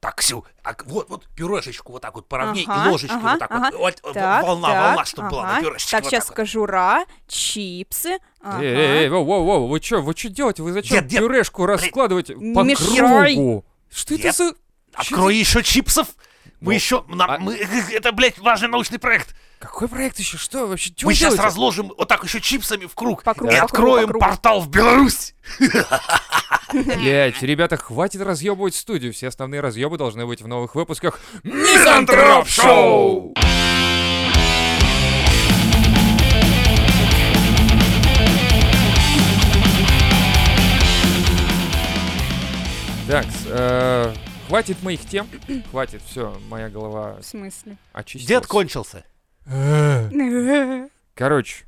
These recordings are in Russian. так, Ксю, так, вот, вот пюрешечку вот так вот поровней, Ага, и ложечку ага, вот так ага. вот. Вот, Так, волна, так, волна, чтобы была на ага. пюрешечке. Так, вот сейчас так вот. кожура, чипсы. ага. Эй, эй, эй, воу, воу, воу, вы чё, вы чё делаете? Вы зачем Дед, дед, пюрешку раскладывать по мешай. кругу? Что это Дед, за... Открой еще А чипсов. Ну, Мы еще... нам- а- мы- это, блядь, важный научный проект. Какой проект еще? Что вообще? Чего мы вы сейчас делаете? разложим вот так еще чипсами в круг. По кругу, и по кругу, откроем по кругу. портал в Беларусь. Блять, ребята, хватит разъебывать студию. Все основные разъебы должны быть в новых выпусках. Мизантроп Шоу! Так, э, хватит моих тем. Хватит, все, моя голова В смысле? очистилась. Дед кончился. Э. Короче,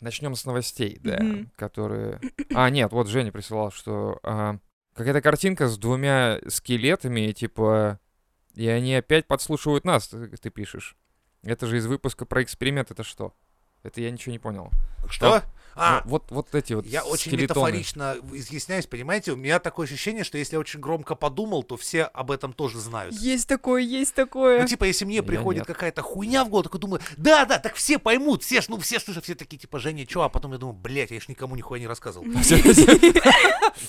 начнем с новостей, да, Мгм. которые... А, нет, вот Женя присылал, что а, какая-то картинка с двумя скелетами, типа, и они опять подслушивают нас, ты, ты пишешь. Это же из выпуска про эксперимент, это что? Это я ничего не понял. Что? А, Ну, вот, вот эти вот Я очень скелетоны. метафорично изъясняюсь, понимаете? У меня такое ощущение, что если я очень громко подумал, то все об этом тоже знают. Есть такое, есть Ну, такое. типа, если мне Я приходит нет. какая-то хуйня в голову, такой думаю, да-да, так все поймут, все ж, ну все ж уже все такие, типа, Женя, чё? А потом я думаю, блядь, я ж никому нихуя не рассказывал.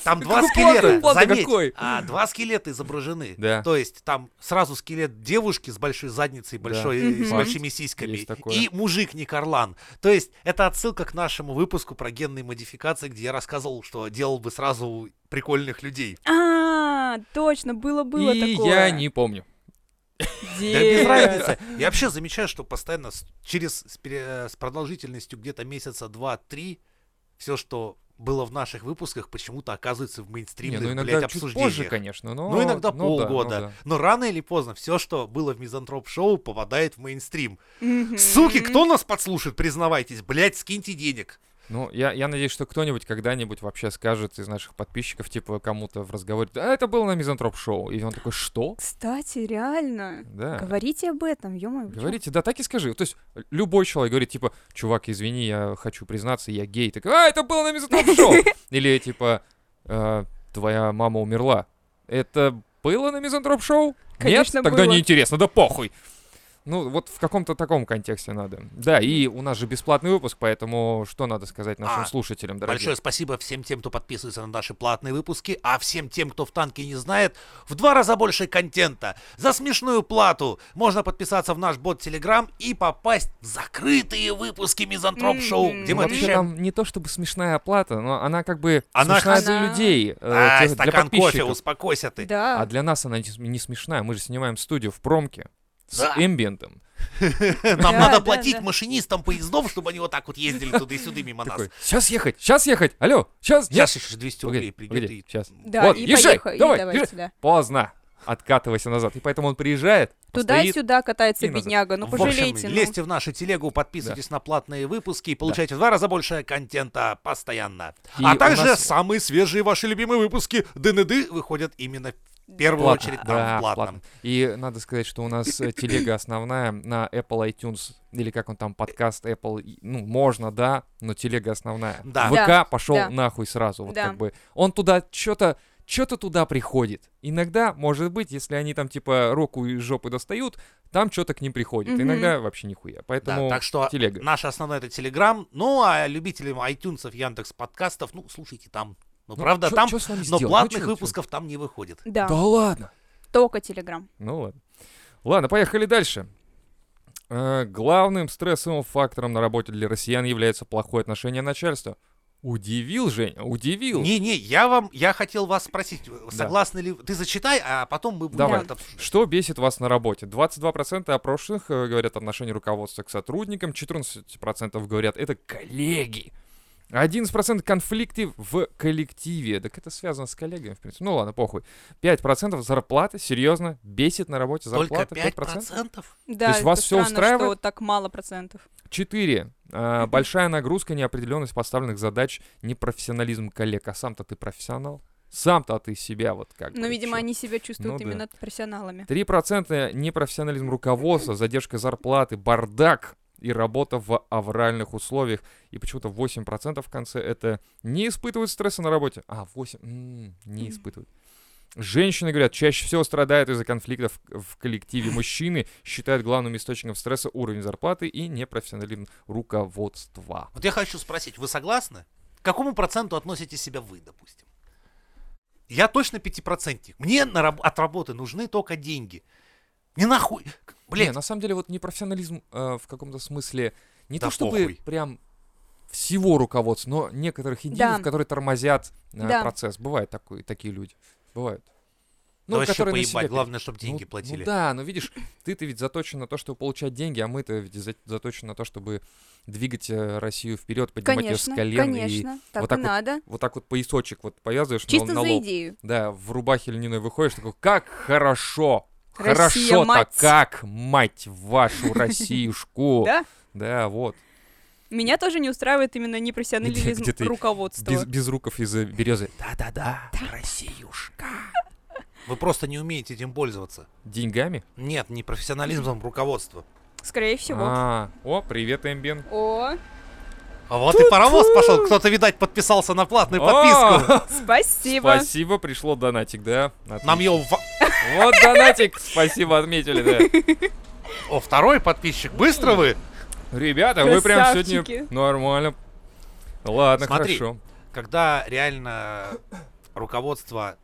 Там два Какой план-то? скелета, План-то заметь, какой? а, два скелета изображены. Да. То есть там сразу скелет девушки с большой задницей, большой, э, Да. с Мгм. большими сиськами Есть такое. и мужик Ник Орлан. То есть это отсылка к нашему выпуску про генные модификации, где я рассказывал, что делал бы сразу прикольных людей. А, точно, было было И такое. я не помню. Да без Дед. разницы. Я вообще замечаю, что постоянно с- через с, пере- с продолжительностью где-то месяца два-три все, что было в наших выпусках, почему-то оказывается в Не, мейнстримных, ну блядь, иногда чуть обсуждениях. позже, конечно, но... Ну, иногда ну да, ну полгода. да. Но рано или поздно все, что было в мизантроп-шоу, попадает в мейнстрим. Мгм. Суки, кто нас подслушает, признавайтесь, блядь, скиньте денег. Ну, я, я надеюсь, что кто-нибудь когда-нибудь вообще скажет из наших подписчиков, типа, кому-то в разговоре, а это было на Мизантроп-шоу. И он такой, что? Кстати, реально. Да. Говорите об этом, ё-моё. вы чё? Говорите, да так и скажи. То есть любой человек говорит, типа, чувак, извини, я хочу признаться, я гей. Так, а, это было на Мизантроп-шоу. Или, типа, «Э, твоя мама умерла. Это было на Мизантроп-шоу? Конечно, Нет? Тогда было. неинтересно, да похуй. Ну, вот в каком-то таком контексте надо. Да, и у нас же бесплатный выпуск, поэтому что надо сказать нашим А, слушателям, дорогие? Большое спасибо всем тем, кто подписывается на наши платные выпуски, а всем тем, кто в танке не знает, в два раза больше контента. За смешную плату можно подписаться в наш бот Телеграм и попасть в закрытые выпуски Мизантроп-шоу, Мгм. где мы М-м-м. Вообще отвечаем... там не то чтобы смешная оплата, но она как бы Она смешная хз- для Она- людей, э, Ай, для, А, для стакан кофе, подписчиков. успокойся ты. Да. А для нас она не см- не смешная. Мы же снимаем студию в промке с Да. эмбиентом. Нам Да, надо да, платить да. машинистам поездов, чтобы они вот так вот ездили туда и сюда мимо нас. Такой, сейчас ехать, сейчас ехать, алло, сейчас, нет. Сейчас еще 200 Погоди, рублей придет погоди, и... сейчас. Да, вот, и езжай, поехали, и давай, давайте, езжай. да. Поздно, откатывайся назад. И поэтому он приезжает, постоит. Туда-сюда катается и назад. бедняга, ну В общем, пожалейте. ну. лезьте в нашу телегу, подписывайтесь на платные выпуски и получайте в два раза больше контента постоянно. И а у также нас- самые свежие ваши любимые выпуски ДНД выходят именно в первую Платно, очередь там, да, в платном. платно. И надо сказать, что у нас э, телега основная на Apple iTunes, или как он там, подкаст Apple, и- ну, можно, да, но телега основная. Да. ВК Да, пошел да. нахуй сразу, вот Да. как бы. Он туда что-то что-то туда приходит. Иногда, может быть, если они там типа руку из жопы достают, там что-то к ним приходит. Мгм. Иногда вообще нихуя. Да, Поэтому так что телега. наше основное это Телеграм. Ну а любителям iTunes, Яндекс подкастов, ну слушайте там. Ну, Ну, правда, чё- там, чё с вами но сделать? Ну, платных чё- чё? выпусков там не выходит. Да, Да ладно. только Телеграм. Ну ладно. Ладно, поехали дальше. Э, главным стрессовым фактором на работе для россиян является плохое отношение начальства. Удивил, Женя, удивил. Не-не, я вам, я хотел вас спросить, согласны ли вы- ты зачитай, а потом мы будем Давай. это обсуждать. Что бесит вас на работе? 22% опрошенных э, говорят отношение руководства к сотрудникам, 14% говорят это коллеги. 11% конфликты в коллективе. Так это связано с коллегами, в принципе. Ну ладно, похуй. 5% зарплата, серьезно, бесит на работе зарплата. Только 5%? Да, есть вас это всё странно, устраивает? что так мало процентов. 4. А, большая нагрузка, неопределенность поставленных задач, непрофессионализм коллег. А сам-то ты профессионал? Сам-то ты себя вот как Но, бы Ну, видимо, чё? они себя чувствуют Ну да. именно профессионалами. 3% непрофессионализм руководства, задержка зарплаты, бардак и работа в авральных условиях. И почему-то 8% в конце это не испытывают стресса на работе. А, 8, м, не Мгм. испытывают. Женщины, говорят, чаще всего страдают из-за конфликтов в коллективе. Мужчины считают главным источником стресса уровень зарплаты и непрофессионализм руководства. Вот я хочу спросить, вы согласны? К какому проценту относите себя вы, допустим? Я точно пятипроцентник. Мне на раб- от работы нужны только деньги. Не нахуй. Не, ну, Блин, на самом деле, вот непрофессионализм э, в каком-то смысле не Да то чтобы похуй. прям всего руководства, но некоторых индивидов, которые тормозят э, Да. процесс. Бывают такой, такие люди. Бывают. Ну, да вообще которые на себя поебать. пи- Главное, чтобы деньги Ну- платили. Ну да, но видишь, ты-то ведь заточен на то, чтобы получать деньги, а мы-то ведь за- заточены на то, чтобы двигать э, Россию вперед, поднимать ее Конечно, с колен ну и конечно. Так вот и так вот надо. вот так вот поясочек вот повязываешь на, Чисто на за лоб. идею. Да, в рубахе льняной выходишь, такой, как хорошо! Россия, Хорошо-то мать!» как, мать вашу Россиюшку! Да? Да, вот. Меня тоже не устраивает именно непрофессионализм Где- где ты? руководства. Без, без руков из э, березы. Да-да-да, Россиюшка. Вы просто не умеете этим пользоваться. Деньгами? Нет, не профессионализмом руководства. Скорее всего. А, о, привет, Эмбен. О, А вот и паровоз пошел. Кто-то, видать, подписался на платную подписку. О, спасибо. Спасибо, пришло донатик, да? Нам Отлично. его... в- Вот донатик, спасибо, отметили, да. О, второй подписчик. Быстро вы? Ребята, вы прям сегодня Красавчики. нормально. Ладно, Смотри. хорошо. когда реально руководство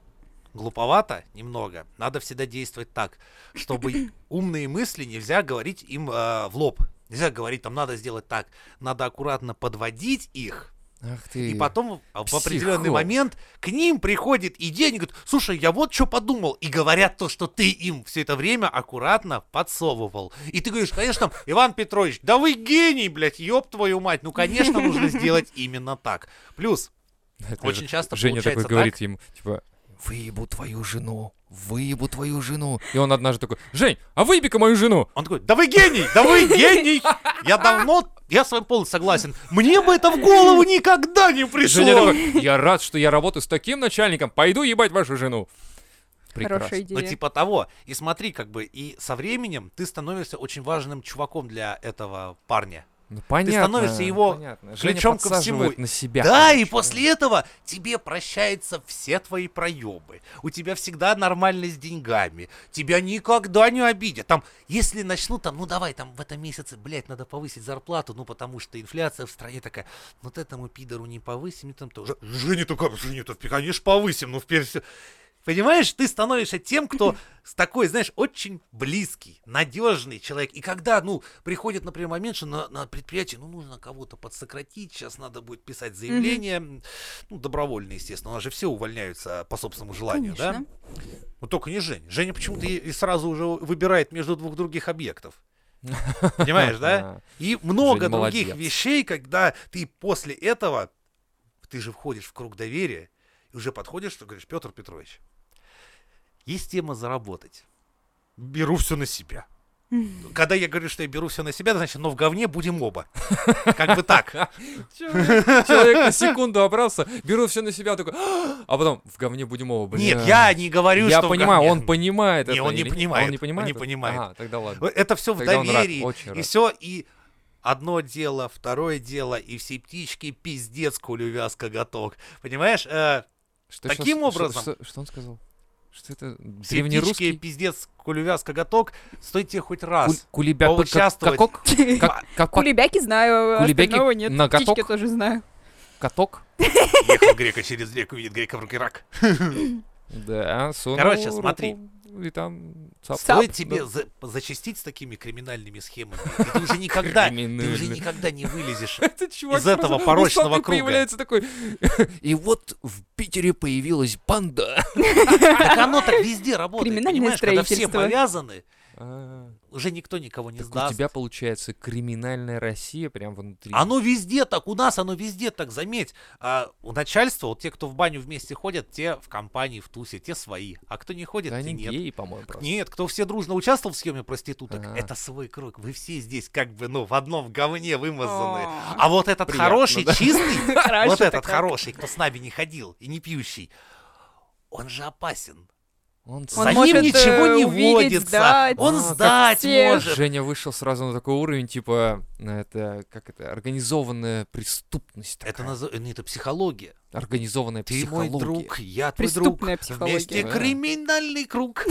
глуповато немного, надо всегда действовать так, чтобы умные мысли нельзя говорить им э, в лоб. Нельзя говорить, там надо сделать так. Надо аккуратно подводить их. Ах ты. И потом а, в определенный психолог. момент момент к ним приходит идея, они говорят, слушай, я вот что подумал. И говорят то, что ты им все это время аккуратно подсовывал. И ты говоришь, конечно, Иван Петрович, да вы гений, блядь, ёб твою мать. Ну, конечно, нужно сделать именно так. Плюс, Очень часто Женя такой получается говорит так. ему, типа, выебу твою жену, выебу твою жену. И он однажды такой, Жень, а выеби-ка мою жену. Он такой, да вы гений, да вы гений! Я давно, я с вами полностью согласен. Мне бы это в голову никогда не Женя пришло. такой, я рад, что я работаю с таким начальником, пойду ебать вашу жену. Хорошая Прекрасно. Ну, идея. типа того. И смотри, как бы, и со временем ты становишься очень важным чуваком для этого парня. Ну, понятно. становишься его понятно. Женя ключом ко подсаживает всему. на себя. да, и короче. после этого тебе прощаются все твои проебы. У тебя всегда нормально с деньгами. Тебя никогда не обидят. Там, если начнут, там, ну давай, там в этом месяце, блядь, надо повысить зарплату, ну потому что инфляция в стране такая, вот этому пидору не повысим, и там тоже. Женя такая, Женя, то, конечно, повысим, ну вперед все. Понимаешь, ты становишься тем, кто с такой, знаешь, очень близкий, надежный человек. И когда, ну, приходит, например, момент, что на, на предприятии, ну, нужно кого-то подсократить, сейчас надо будет писать заявление, ну, добровольно, естественно, у нас же все увольняются по собственному желанию, Конечно. да? Ну, только не Женя. Женя почему-то и, и сразу уже выбирает между двух других объектов. Понимаешь, да? И много Женя других молодец. вещей, когда ты после этого, ты же входишь в круг доверия, и уже подходишь, что говоришь, Петр Петрович, есть тема заработать. Беру все на себя. Когда я говорю, что я беру все на себя, значит, но в говне будем оба. Как бы так. Человек человек на секунду обрался, беру все на себя, такой, «А!» а потом в говне будем оба. Нет, бля». я не говорю, Я что в понимаю, говне. он понимает Не, это. он не или нет? понимает, Он не он понимает? не это? понимает. Ага, тогда ладно. Это все в Тогда он рад, доверии. очень и рад. все, и одно дело, второе дело, и все птички пиздец кулювяз коготок. Понимаешь? Э, Что Таким щас- что- образом- Что, что он сказал? Что это все древнерусский птички пиздец кулювяз коготок. Стоит тебе хоть раз. кулебя поучаствовать. Какок? Как- как- Кулебяки знаю, а Кулебяки остального нет. на каток? Птички тоже знаю. Каток? Ехал грека через реку, видит грека в руке рак. Да, сунул Короче, руку, смотри. И там цап. Цап. Стоит тебе за- зачастить с такими криминальными схемами. И ты уже никогда, ты уже Криминальный. никогда не вылезешь. Этот чувак Из этого просто порочного усатый круга. появляется такой. И вот в Питере появилась банда. Так оно так везде работает. Криминальное Понимаешь, когда все строительство. повязаны, А, уже никто никого не Так у сдаст. А тебя получается криминальная Россия прям внутри. Оно везде так, у нас оно везде так, заметь. а, у начальства, вот те, кто в баню вместе ходят, те в компании, в тусе, те свои. А кто не ходит, Да те они нет. геи, по-моему, просто. Нет, кто все дружно участвовал в схеме проституток, А. это свой круг. Вы все здесь как бы, ну, в одном говне вымазаны. О. А вот этот Приятно, хороший, да? чистый, А, Хорошо, вот так этот как. хороший, кто с нами не ходил и не пьющий, он же опасен. Он За ним может, ничего э, не увидеть, водится. сдать. Он А, как сдать всех. может. Женя вышел сразу на такой уровень, типа, на это, как это, организованная преступность. Это, такая. наз... э, не, это психология. Организованная Ты мой психология. друг, я твой друг. Преступная Вместе психология. Да. криминальный круг.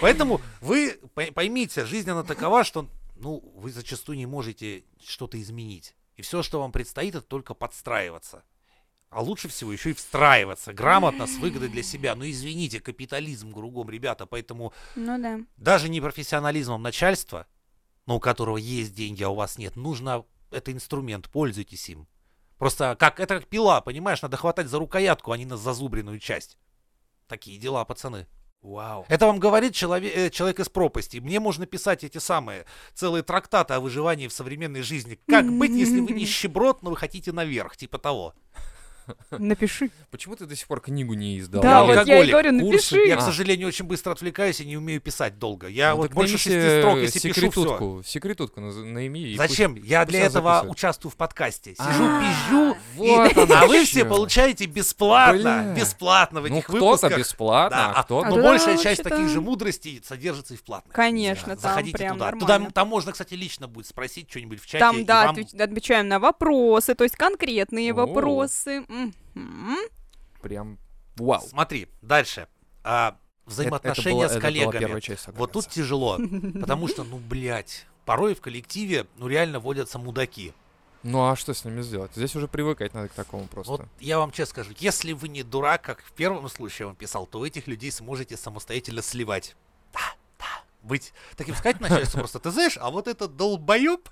Поэтому вы пой- поймите, жизнь она такова, что ну, вы зачастую не можете что-то изменить. И все, что вам предстоит, это только подстраиваться. А лучше всего еще и встраиваться грамотно, с выгодой для себя. Ну, извините, капитализм кругом, ребята. Поэтому Ну да. даже не профессионализмом начальства, но у которого есть деньги, а у вас нет, нужно это инструмент, пользуйтесь им. Просто как это как пила, понимаешь, надо хватать за рукоятку, а не на зазубренную часть. Такие дела, пацаны. Вау. Это вам говорит человек, человек из пропасти. Мне можно писать эти самые целые трактаты о выживании в современной жизни. Как быть, если вы нищеброд, но вы хотите наверх, типа того. Напиши. Почему ты до сих пор книгу не издал? Да, Я вот я и алкоголик, говорю, курсы, напиши. Я, к А. сожалению, очень быстро отвлекаюсь и не умею писать долго. Я Ну вот так больше наймите, шести строк, э, если пишу, всё. секретутку, секретутку наз- найми. и Зачем? Я пусть для она этого записывает. участвую в подкасте. Сижу, А, пизжу, пусть- и- Вот оно а вы все чё. получаете бесплатно, Бля. бесплатно в Ну, этих кто-то выпусках. бесплатно, Да, а кто-то... но Да, большая часть вообще-то. таких же мудростей содержится и в платных. Конечно, там Заходите прям туда. нормально. Туда- Там можно, кстати, лично будет спросить что-нибудь в чате. и Там, да, вам- отвеч- отвечаем на вопросы, то есть конкретные О. вопросы. Мгм. Прям вау. Смотри, дальше. А, взаимоотношения это, с это была, Это была коллегами. первая часть Вот тут согласен. тяжело, потому что, ну, блядь, порой в коллективе, ну, реально водятся мудаки. Ну а что с ними сделать? Здесь уже привыкать надо к такому просто. Вот я вам честно скажу, если вы не дурак, как в первом случае я вам писал, то этих людей сможете самостоятельно сливать. Да, да. Быть таким сказать начальству просто, ты знаешь, а вот этот долбоеб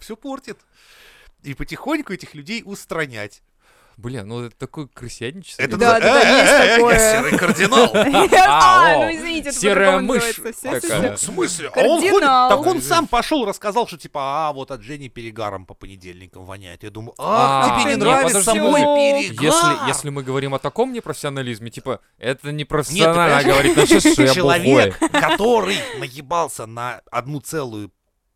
все портит. И потихоньку этих людей устранять. Блин, ну это такое крысятничество. Это Я- Да, да, да, «Э, есть э, э, такое. Я серый кардинал. А, о, ну извините, это серая по-другому мышь называется. Все- все- такая. В смысле? А он ходит, Кардинал. так он сам пошел, рассказал, что типа, а, вот от Жени перегаром по понедельникам воняет. Я думаю, ах, А, тебе не не, нравится подожди, мой подожди. перегар. Если, если мы говорим о таком непрофессионализме, типа, это непрофессионально понимаешь, говорить, ну что ж, я бухой. человек, который наебался на одну целую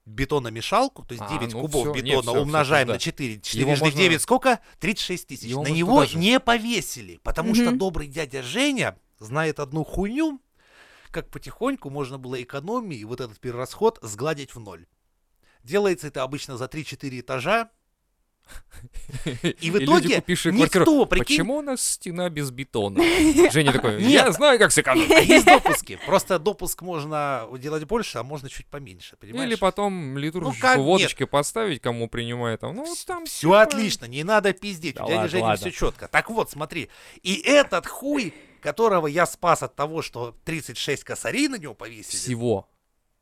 бетономешалку, то есть А, 9 ну кубов всё, нет, бетона всё, всё, умножаем всё, на да. 4, Его 4 жды можно- 9 сколько? 36 тысяч. Его На можно него туда же. не повесили, потому что Мгм. добрый дядя Женя знает одну хуйню, как потихоньку можно было экономией вот этот перерасход сгладить в ноль. Делается это обычно за 3-4 этажа, И в люди, итоге купившие никто, квартиру, прикинь- Почему у нас стена без бетона? Женя такой, я Нет. знаю, как сэкономить. А есть допуски. Просто допуск можно делать больше, а можно чуть поменьше, понимаешь? Ну, Или потом литрушечку как нет? водочки поставить, кому принимает. Там, ну, вот там Все типа, отлично, не надо пиздеть. Да у дяди ладно, Жени ладно. все четко. Так вот, смотри. И этот хуй, которого я спас от того, что 36 косарей на него повесили. Всего,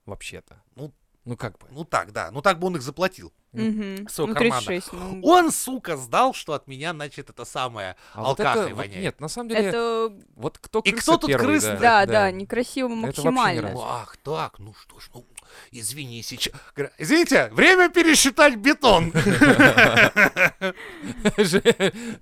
вообще-то. Ну. ну как бы. Ну так, да. Ну так бы он их заплатил. Мгм. Всё, Ну, кармана. 36, ну, Он, сука, сдал, что от меня, значит, это самое. А вот Алкахой это вот воняет. Нет, на самом деле, Это, вот кто И крыса кто тут первый, крыса? да, да, да, некрасиво вообще не максимально. нравится. Ну, ах, так, ну что ж, ну, извини, сейчас. Говорю, Извините, время пересчитать бетон. Ж-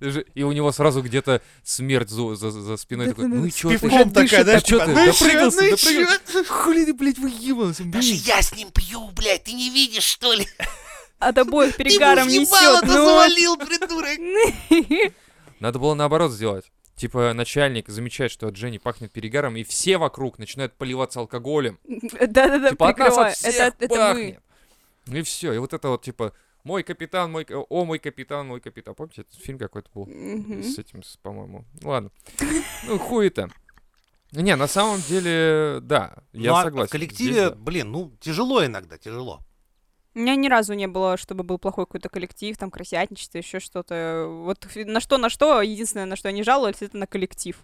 ж- И у него сразу где-то смерть зо- за, за спиной такой, ну и чё ты? Пивком такая, да? А чё ты? типа, ну чё, Допрыгался, ну допрыгался. чё? Хули ты, блядь, выебался? Даже блин?» я с ним пью, блядь, ты не видишь, что ли? От обоих Ты ему перегаром въебало-то несет. ну. завалил, придурок. Надо было наоборот сделать. Типа начальник замечает, что от Жени пахнет перегаром, и все вокруг начинают поливаться алкоголем. Да-да-да, типа от нас прикрывай. от всех Это от- это мы. пахнет. Ну И все, и вот это вот типа мой капитан, мой ка- о мой капитан, мой капитан. Помните, этот фильм какой-то был Мгм. с этим, с- по-моему. Ну, Ладно, ну хуй это. Не, на самом деле, да, я Ну, а согласен. В Здесь коллективе, да. блин, ну тяжело иногда, тяжело. У меня ни разу не было, чтобы был плохой какой-то коллектив, там, красятничество, еще что-то. Вот фи- на что, на что, единственное, на что они жаловались, это на коллектив.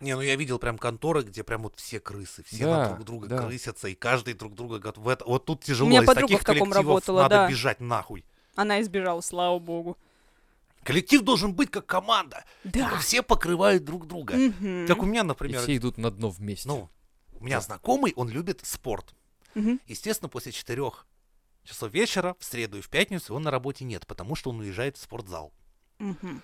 Не, ну я видел прям конторы, где прям вот все крысы, все Да, на друг друга да. крысятся, и каждый друг друга готов. в это- Вот тут тяжело, меня из подруга таких в таком коллективов работала, надо да. бежать нахуй. Она избежала, слава богу. Коллектив должен быть как команда. Да. Все покрывают друг друга. Мгм. Как у меня, И например, все идут на дно вместе. ну, у меня знакомый, он любит спорт. Мгм. Естественно, после четырех часов вечера, в среду и в пятницу, он на работе нет, потому что он уезжает в спортзал. Мгм.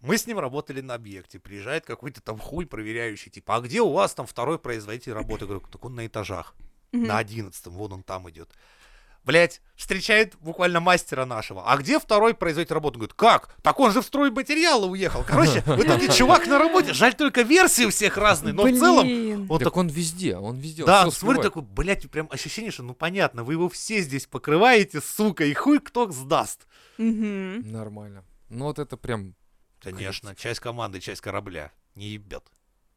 Мы с ним работали на объекте. Приезжает какой-то там хуй проверяющий, типа, а где у вас там второй производитель работы? Я говорю, так он на этажах, Мгм. на одиннадцатом, вон он там идет. блядь, встречает буквально мастера нашего. А где второй производитель работы? Он говорит, как? Так он же в стройматериалы уехал. Короче, в итоге чувак на работе. Жаль только версии у всех разные, но в целом Блин. он так такой... он везде, он везде. он Да, всё он смотрит успевает. такой, блядь, прям ощущение, что ну понятно, вы его все здесь покрываете, сука, и хуй кто сдаст. Мгм. Нормально. Ну вот это прям Конечно, часть команды, часть корабля. Не ебет.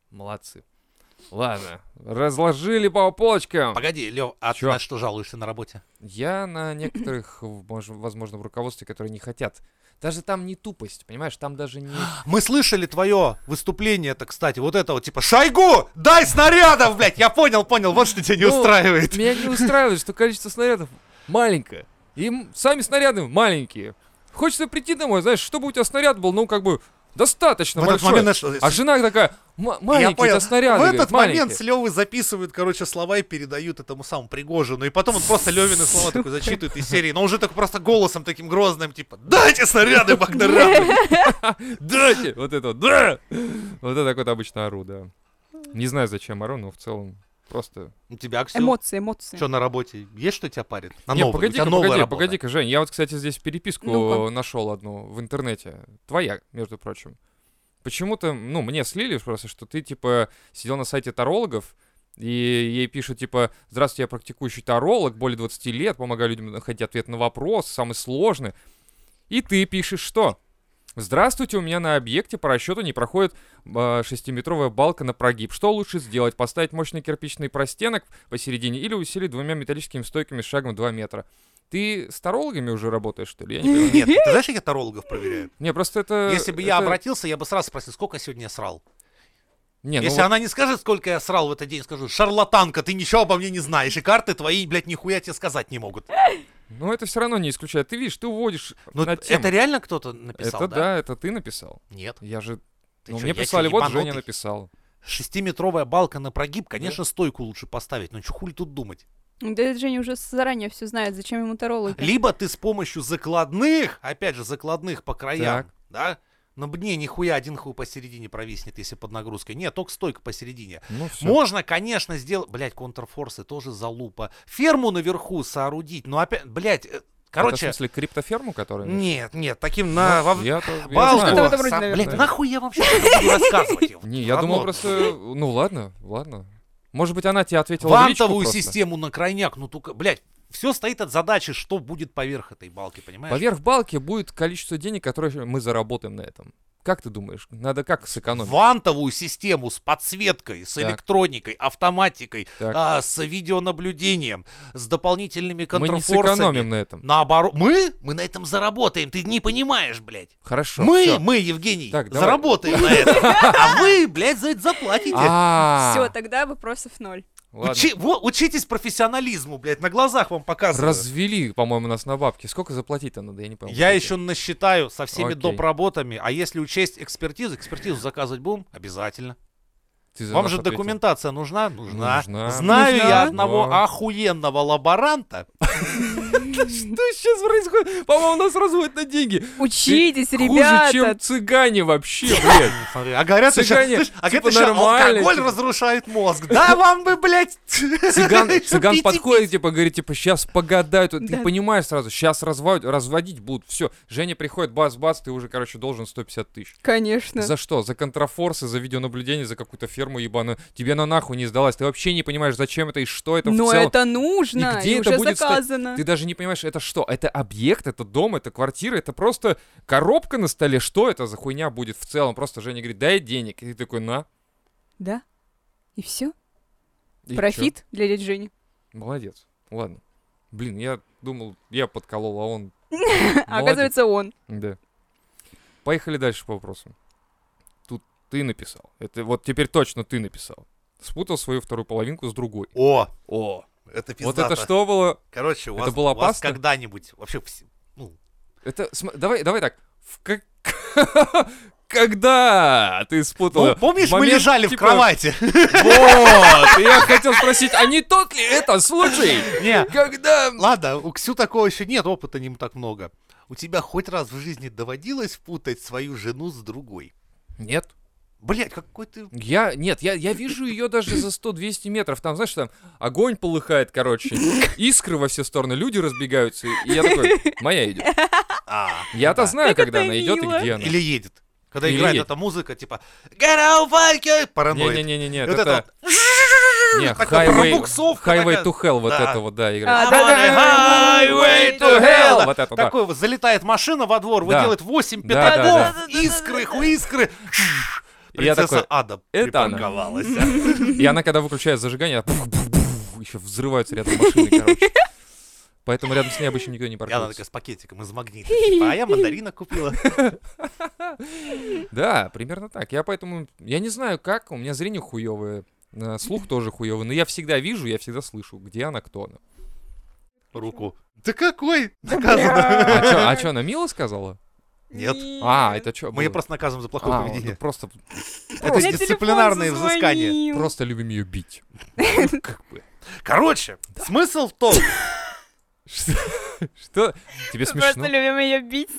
молодцы. Ладно, разложили по полочкам. Погоди, Лев, а ты Чё? на что жалуешься на работе? Я на некоторых, в- мож- возможно, в руководстве, которые не хотят. Даже там не тупость, понимаешь, там даже не... Мы слышали твое выступление это, кстати, вот этого типа Шойгу, дай снарядов, блядь! Я понял, понял, вот что тебя не Ну, устраивает. Меня не устраивает, что количество снарядов маленькое. И м- сами снаряды маленькие. Хочется прийти домой, знаешь, чтобы у тебя снаряд был, ну, как бы, достаточно В этот большой. момент, знаешь, что- А жена такая, «М- Я маленький у тебя понял. снаряд. В этот момент с Левы записывают, короче, слова и передают этому самому Пригожину. И потом он просто Левины слова такой зачитывает из серии, но уже так просто голосом таким грозным, типа, дайте снаряды, Багдерады! Дайте! Вот это вот, да! Вот это так вот обычно ору, да. Не знаю, зачем ору, но в целом просто... У тебя, Аксю, Эмоции, эмоции. что на работе? Есть что тебя парит? На Не, новой? У тебя погоди-ка, новая погоди, работа. погоди-ка, Жень, я вот, кстати, здесь переписку Ну-ка. нашел одну в интернете. Твоя, между прочим. Почему-то, ну, мне слили просто, что ты, типа, сидел на сайте тарологов, и ей пишут, типа, «Здравствуйте, я практикующий таролог, более 20 лет, помогаю людям находить ответ на вопрос, самый сложный». И ты пишешь что? Здравствуйте, у меня на объекте по расчету не проходит э, шестиметровая балка на прогиб. Что лучше сделать? Поставить мощный кирпичный простенок посередине или усилить двумя металлическими стойками с шагом 2 метра? Ты с тарологами уже работаешь, что ли? Я не понимаю. Нет, ты знаешь, как я тарологов проверяю? Не, просто это... Если бы я Э, это- обратился, я бы сразу спросил, сколько сегодня я срал. Не, ну Если вот- она не скажет, сколько я срал в этот день, скажу, шарлатанка, ты ничего обо мне не знаешь, и карты твои, блядь, нихуя тебе сказать не могут. ну, это все равно не исключает. Ты видишь, ты уводишь Ну, на это тему. реально кто-то написал, Это да? да, это ты написал. Нет. Я же... Ты ну, чё, мне я чё, прислали, вот ебанутый? Женя написал. Шестиметровая балка на прогиб, конечно, стойку лучше поставить, но чё хули тут думать? Да это Женя уже заранее все знает, зачем ему Ну, тарологи. Либо ты с помощью закладных, опять же, закладных по краям, да? На дне нихуя один хуй посередине провиснет, если под нагрузкой. Нет, только стойка посередине. Ну, все. Можно, конечно, сделать... Блядь, контрфорсы тоже залупа. Ферму наверху соорудить, но опять... Блядь, э, короче... в смысле, криптоферму, которая... Нет, нет, таким на... Ну, во- я то- я Балку. знаю. Что-то в этом роде, Сам- наверное. Блядь, нахуй я вам сейчас буду рассказывать? Не, я Равно. думал просто... Ну ладно, ладно. Может быть, она тебе ответила в личку Вантовую просто. систему на крайняк, ну только, блядь, все стоит от задачи, что будет поверх этой балки, понимаешь? Поверх балки будет количество денег, которые мы заработаем на этом. Как ты думаешь, надо как сэкономить? Вантовую систему с подсветкой, с Так. электроникой, автоматикой, Так. а, с видеонаблюдением, с дополнительными Мы не контрфорсами. сэкономим на этом. Наоборот, мы? Мы на этом заработаем, ты не понимаешь, блядь. Хорошо. мы, всё. мы, Евгений, Так, давай. заработаем на этом. А вы, блядь, за это заплатите. А, Все, тогда вопросов ноль. ладно. Учи- во, учитесь профессионализму, блядь, на глазах вам показывают. Развели, по-моему, нас на бабки. Сколько заплатить-то надо, я не понял. Я еще насчитаю со всеми Окей. допработами, а если учесть экспертизу, экспертизу заказывать будем? Обязательно. Ты за Вам нас же ответил. документация нужна? Нужна. Нужна. Знаю Нужна. я одного Нужна. охуенного лаборанта. Что сейчас происходит? По-моему, нас разводят на деньги. Учитесь, Хуже, ребята! чем цыгане вообще, блядь. Смотри, А говорят, еще, Цыгане, слышь, а типа, говорят еще, нормально, алкоголь типа. разрушает мозг. Да вам бы, блядь. Цыган, еще цыган пить и подходит, типа, говорит, типа, сейчас погадают. Ты Да. понимаешь сразу, сейчас разводить будут. Все, Женя приходит, бац-бац, ты уже, короче, должен 150 тысяч. Конечно. За что? За контрафорсы, за видеонаблюдение, за какую-то ферму ебаную. Тебе на нахуй не сдалась. Ты вообще не понимаешь, зачем это и что это в Но целом. это нужно, И где и это уже будет стоять? заказано. Ты даже не понимаешь, это что? Это объект, это дом, это квартира, это просто коробка на столе. Что это за хуйня будет в целом? Просто Женя говорит, дай денег. И ты такой, на. Да? И все? И Профит для дяди Жени. чё? Молодец. Ладно. Блин, я думал, я подколол, а он... А Молодец. оказывается, он. Да. Поехали дальше по вопросам. Тут ты написал. Это вот теперь точно ты написал. Спутал свою вторую половинку с другой. О, О, это вот пиздато. это что было? Короче, у Это вас, было у вас опасно? когда-нибудь вообще... вс- ну, Это см- давай, давай так. В как- Когда ты спутал? ну, помнишь, мы момент, лежали в типа, кровати? Вот, я хотел спросить, а не тот ли это случай? Не, Когда... Ладно, у Ксю такого еще нет, опыта не так много. У тебя хоть раз в жизни доводилось путать свою жену с другой? Нет. Блять, какой ты... Я, нет, я, я вижу ее даже за 100-200 метров. Там, знаешь, там огонь полыхает, короче, искры во все стороны, люди разбегаются. И я такой, моя идет. А. Я-то знаю, Как это когда она идет и мило. где она. Или едет. Когда Или играет едет. эта музыка, типа «Get out, Valkyrie!» Параноид. Не-не-не, нет, Вот это... это вот. Не, такая Highway, пробуксовка highway такая. to Hell, вот Да. это вот, да, игра. А, I'm on a highway to hell. Вот это, да. Такой вот залетает машина во двор, Да. выделает 8 Да, да, пятаков, да. искры, хуискры. И я Принцесса такой, Ада «Это она». припарковалась. И она, когда выключает зажигание, еще взрываются рядом машины, короче. Поэтому рядом с ней обычно никто не И она такая паркуется. с пакетиком из магнита. Типа, а я мандарина купила. Да, примерно так. Я поэтому... Я не знаю, как. У меня зрение хуевое. э, Слух тоже хуевый. Но я всегда вижу, я всегда слышу, где она, кто она. Руку. Да какой? Наказано. А чё, а чё, она мило сказала? Нет. А, это что? Мы ее просто наказываем за А, плохое поведение. просто, Это Мне дисциплинарные телефон взыскания. зазвонил. просто любим ее бить. Как бы. Короче, смысл в том, Что? Что? Тебе Мы Просто смешно? любим ее бить.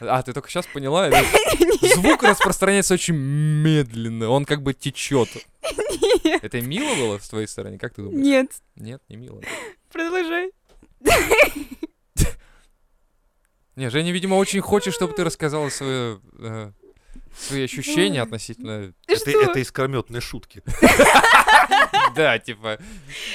А, ты только сейчас поняла? это- Звук распространяется очень медленно. Он как бы течет. Это мило было с твоей стороны? Как ты думаешь? Нет, Нет, не мило. продолжай. Не, Женя, видимо, очень хочет, чтобы ты рассказала свое, э, Ну, свои ощущения относительно... Ты это, что? это искрометные шутки. Да, типа...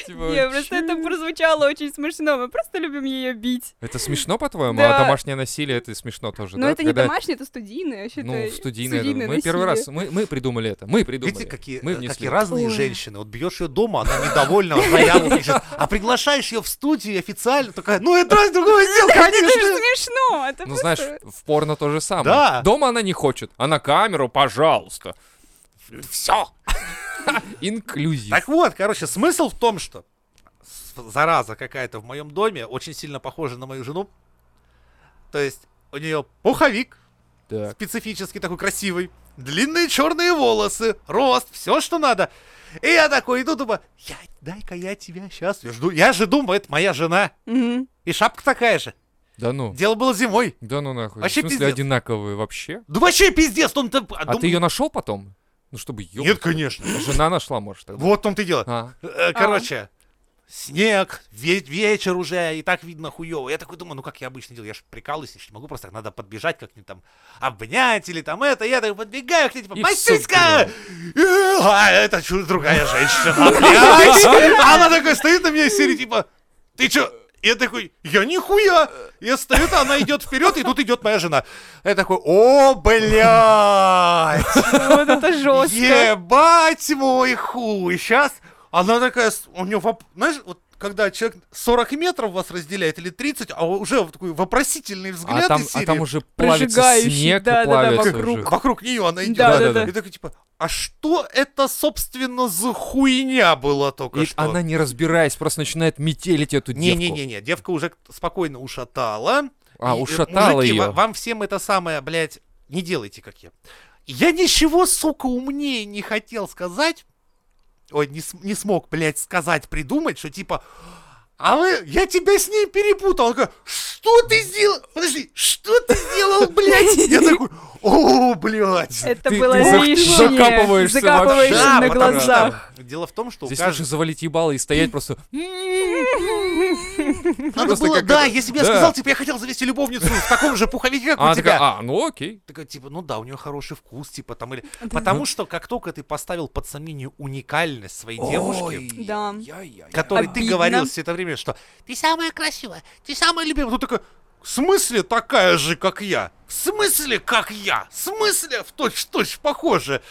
типа, Не, просто это чё? прозвучало очень смешно. Мы просто любим ее бить. Это смешно, по-твоему? Да. А домашнее насилие, это смешно тоже, Но да? это не Когда- домашнее, это студийное. Вообще Ну, студийное. это- Мы первый раз... Мы, мы придумали это. Мы придумали. Видите, какие, Мы э, внесли. какие разные Ой. женщины. Вот бьешь ее дома, она недовольна, вот заяву пишет. А приглашаешь ее в студию официально, такая, ну это раз другое дело, Это же конечно. смешно. Это Ну, просто- знаешь, в порно то же самое. Да. Дома она не хочет. Она камеру, пожалуйста. Все. Инклюзив. Так вот, короче, смысл в том, что с- зараза какая-то в моем доме очень сильно похожа на мою жену. То есть у нее пуховик Так. специфический такой красивый, длинные черные волосы, рост, все, что надо. И я такой иду, думаю, «Я- дай-ка я тебя сейчас. Я, жду, я же думаю, это моя жена. Мгм. И шапка такая же. Да ну. Дело было зимой. Да ну нахуй. Вообще в смысле пиздец. одинаковые вообще? Да вообще пиздец, он там... А ты ее нашел потом? Ну чтобы ё... Нет, конечно. Жена нашла, может, тогда. Вот в том ты дело. А. Э, Короче, снег, ве- вечер уже, и так видно хуёво. Я такой думаю, ну как я обычно делаю, я же прикалываюсь, я ж не могу просто, так надо подбежать как-нибудь там, обнять или там это. Я так подбегаю к ней, типа, И «Масиська!» Э, А это чё, другая женщина, блядь. А Она такая стоит на меня из серии, типа, ты чё? Я такой, я нихуя! Я стою, она идет вперед, и тут идет моя жена. Я такой, о, блядь! Ну, Вот это жестко. Ебать мой хуй! Сейчас она такая, с- у нее, воп- знаешь, вот когда человек 40 метров вас разделяет или 30, а уже вот такой вопросительный взгляд А там, из а серии. там уже плавится Прожигающий, снег, и да-да-да, плавится вокруг. уже. Вокруг нее она идет. Да, да, да. И такой типа, а что это, собственно, за хуйня была только И что? она, не разбираясь, просто начинает метелить эту девку. Не-не-не, девка уже спокойно ушатала. А, И, э, ушатала мужики, ее. ва- Вам всем это самое, блядь, не делайте, как я. Я ничего, сука, умнее не хотел сказать. Ой, не, см- не смог, блядь, сказать, придумать, что типа... А вы, я тебя с ней перепутал. Он такой, что ты сделал? Подожди, что ты сделал, блядь? Я такой, о, блядь. Это Ты- было ты зак- лишнее. закапываешься Закапываешься вообще. Да, на потому глазах. что Дело в том, что у Здесь кажд- лучше завалить ебало и стоять просто... Надо просто было, как да, это- если бы я да. сказал, типа, я хотел завести любовницу в таком же пуховике, как А, у она такая, тебя. а, ну окей. Такая, типа, ну да, у нее хороший вкус, типа там или. Потому что как только ты поставил под сомнение уникальность своей девушки, Да. которой ты Обидно. говорил все это время, что ты самая красивая, ты самая любимая, тут такая. В смысле такая же, как я? В смысле, как я? В смысле, в точь-в-точь похоже?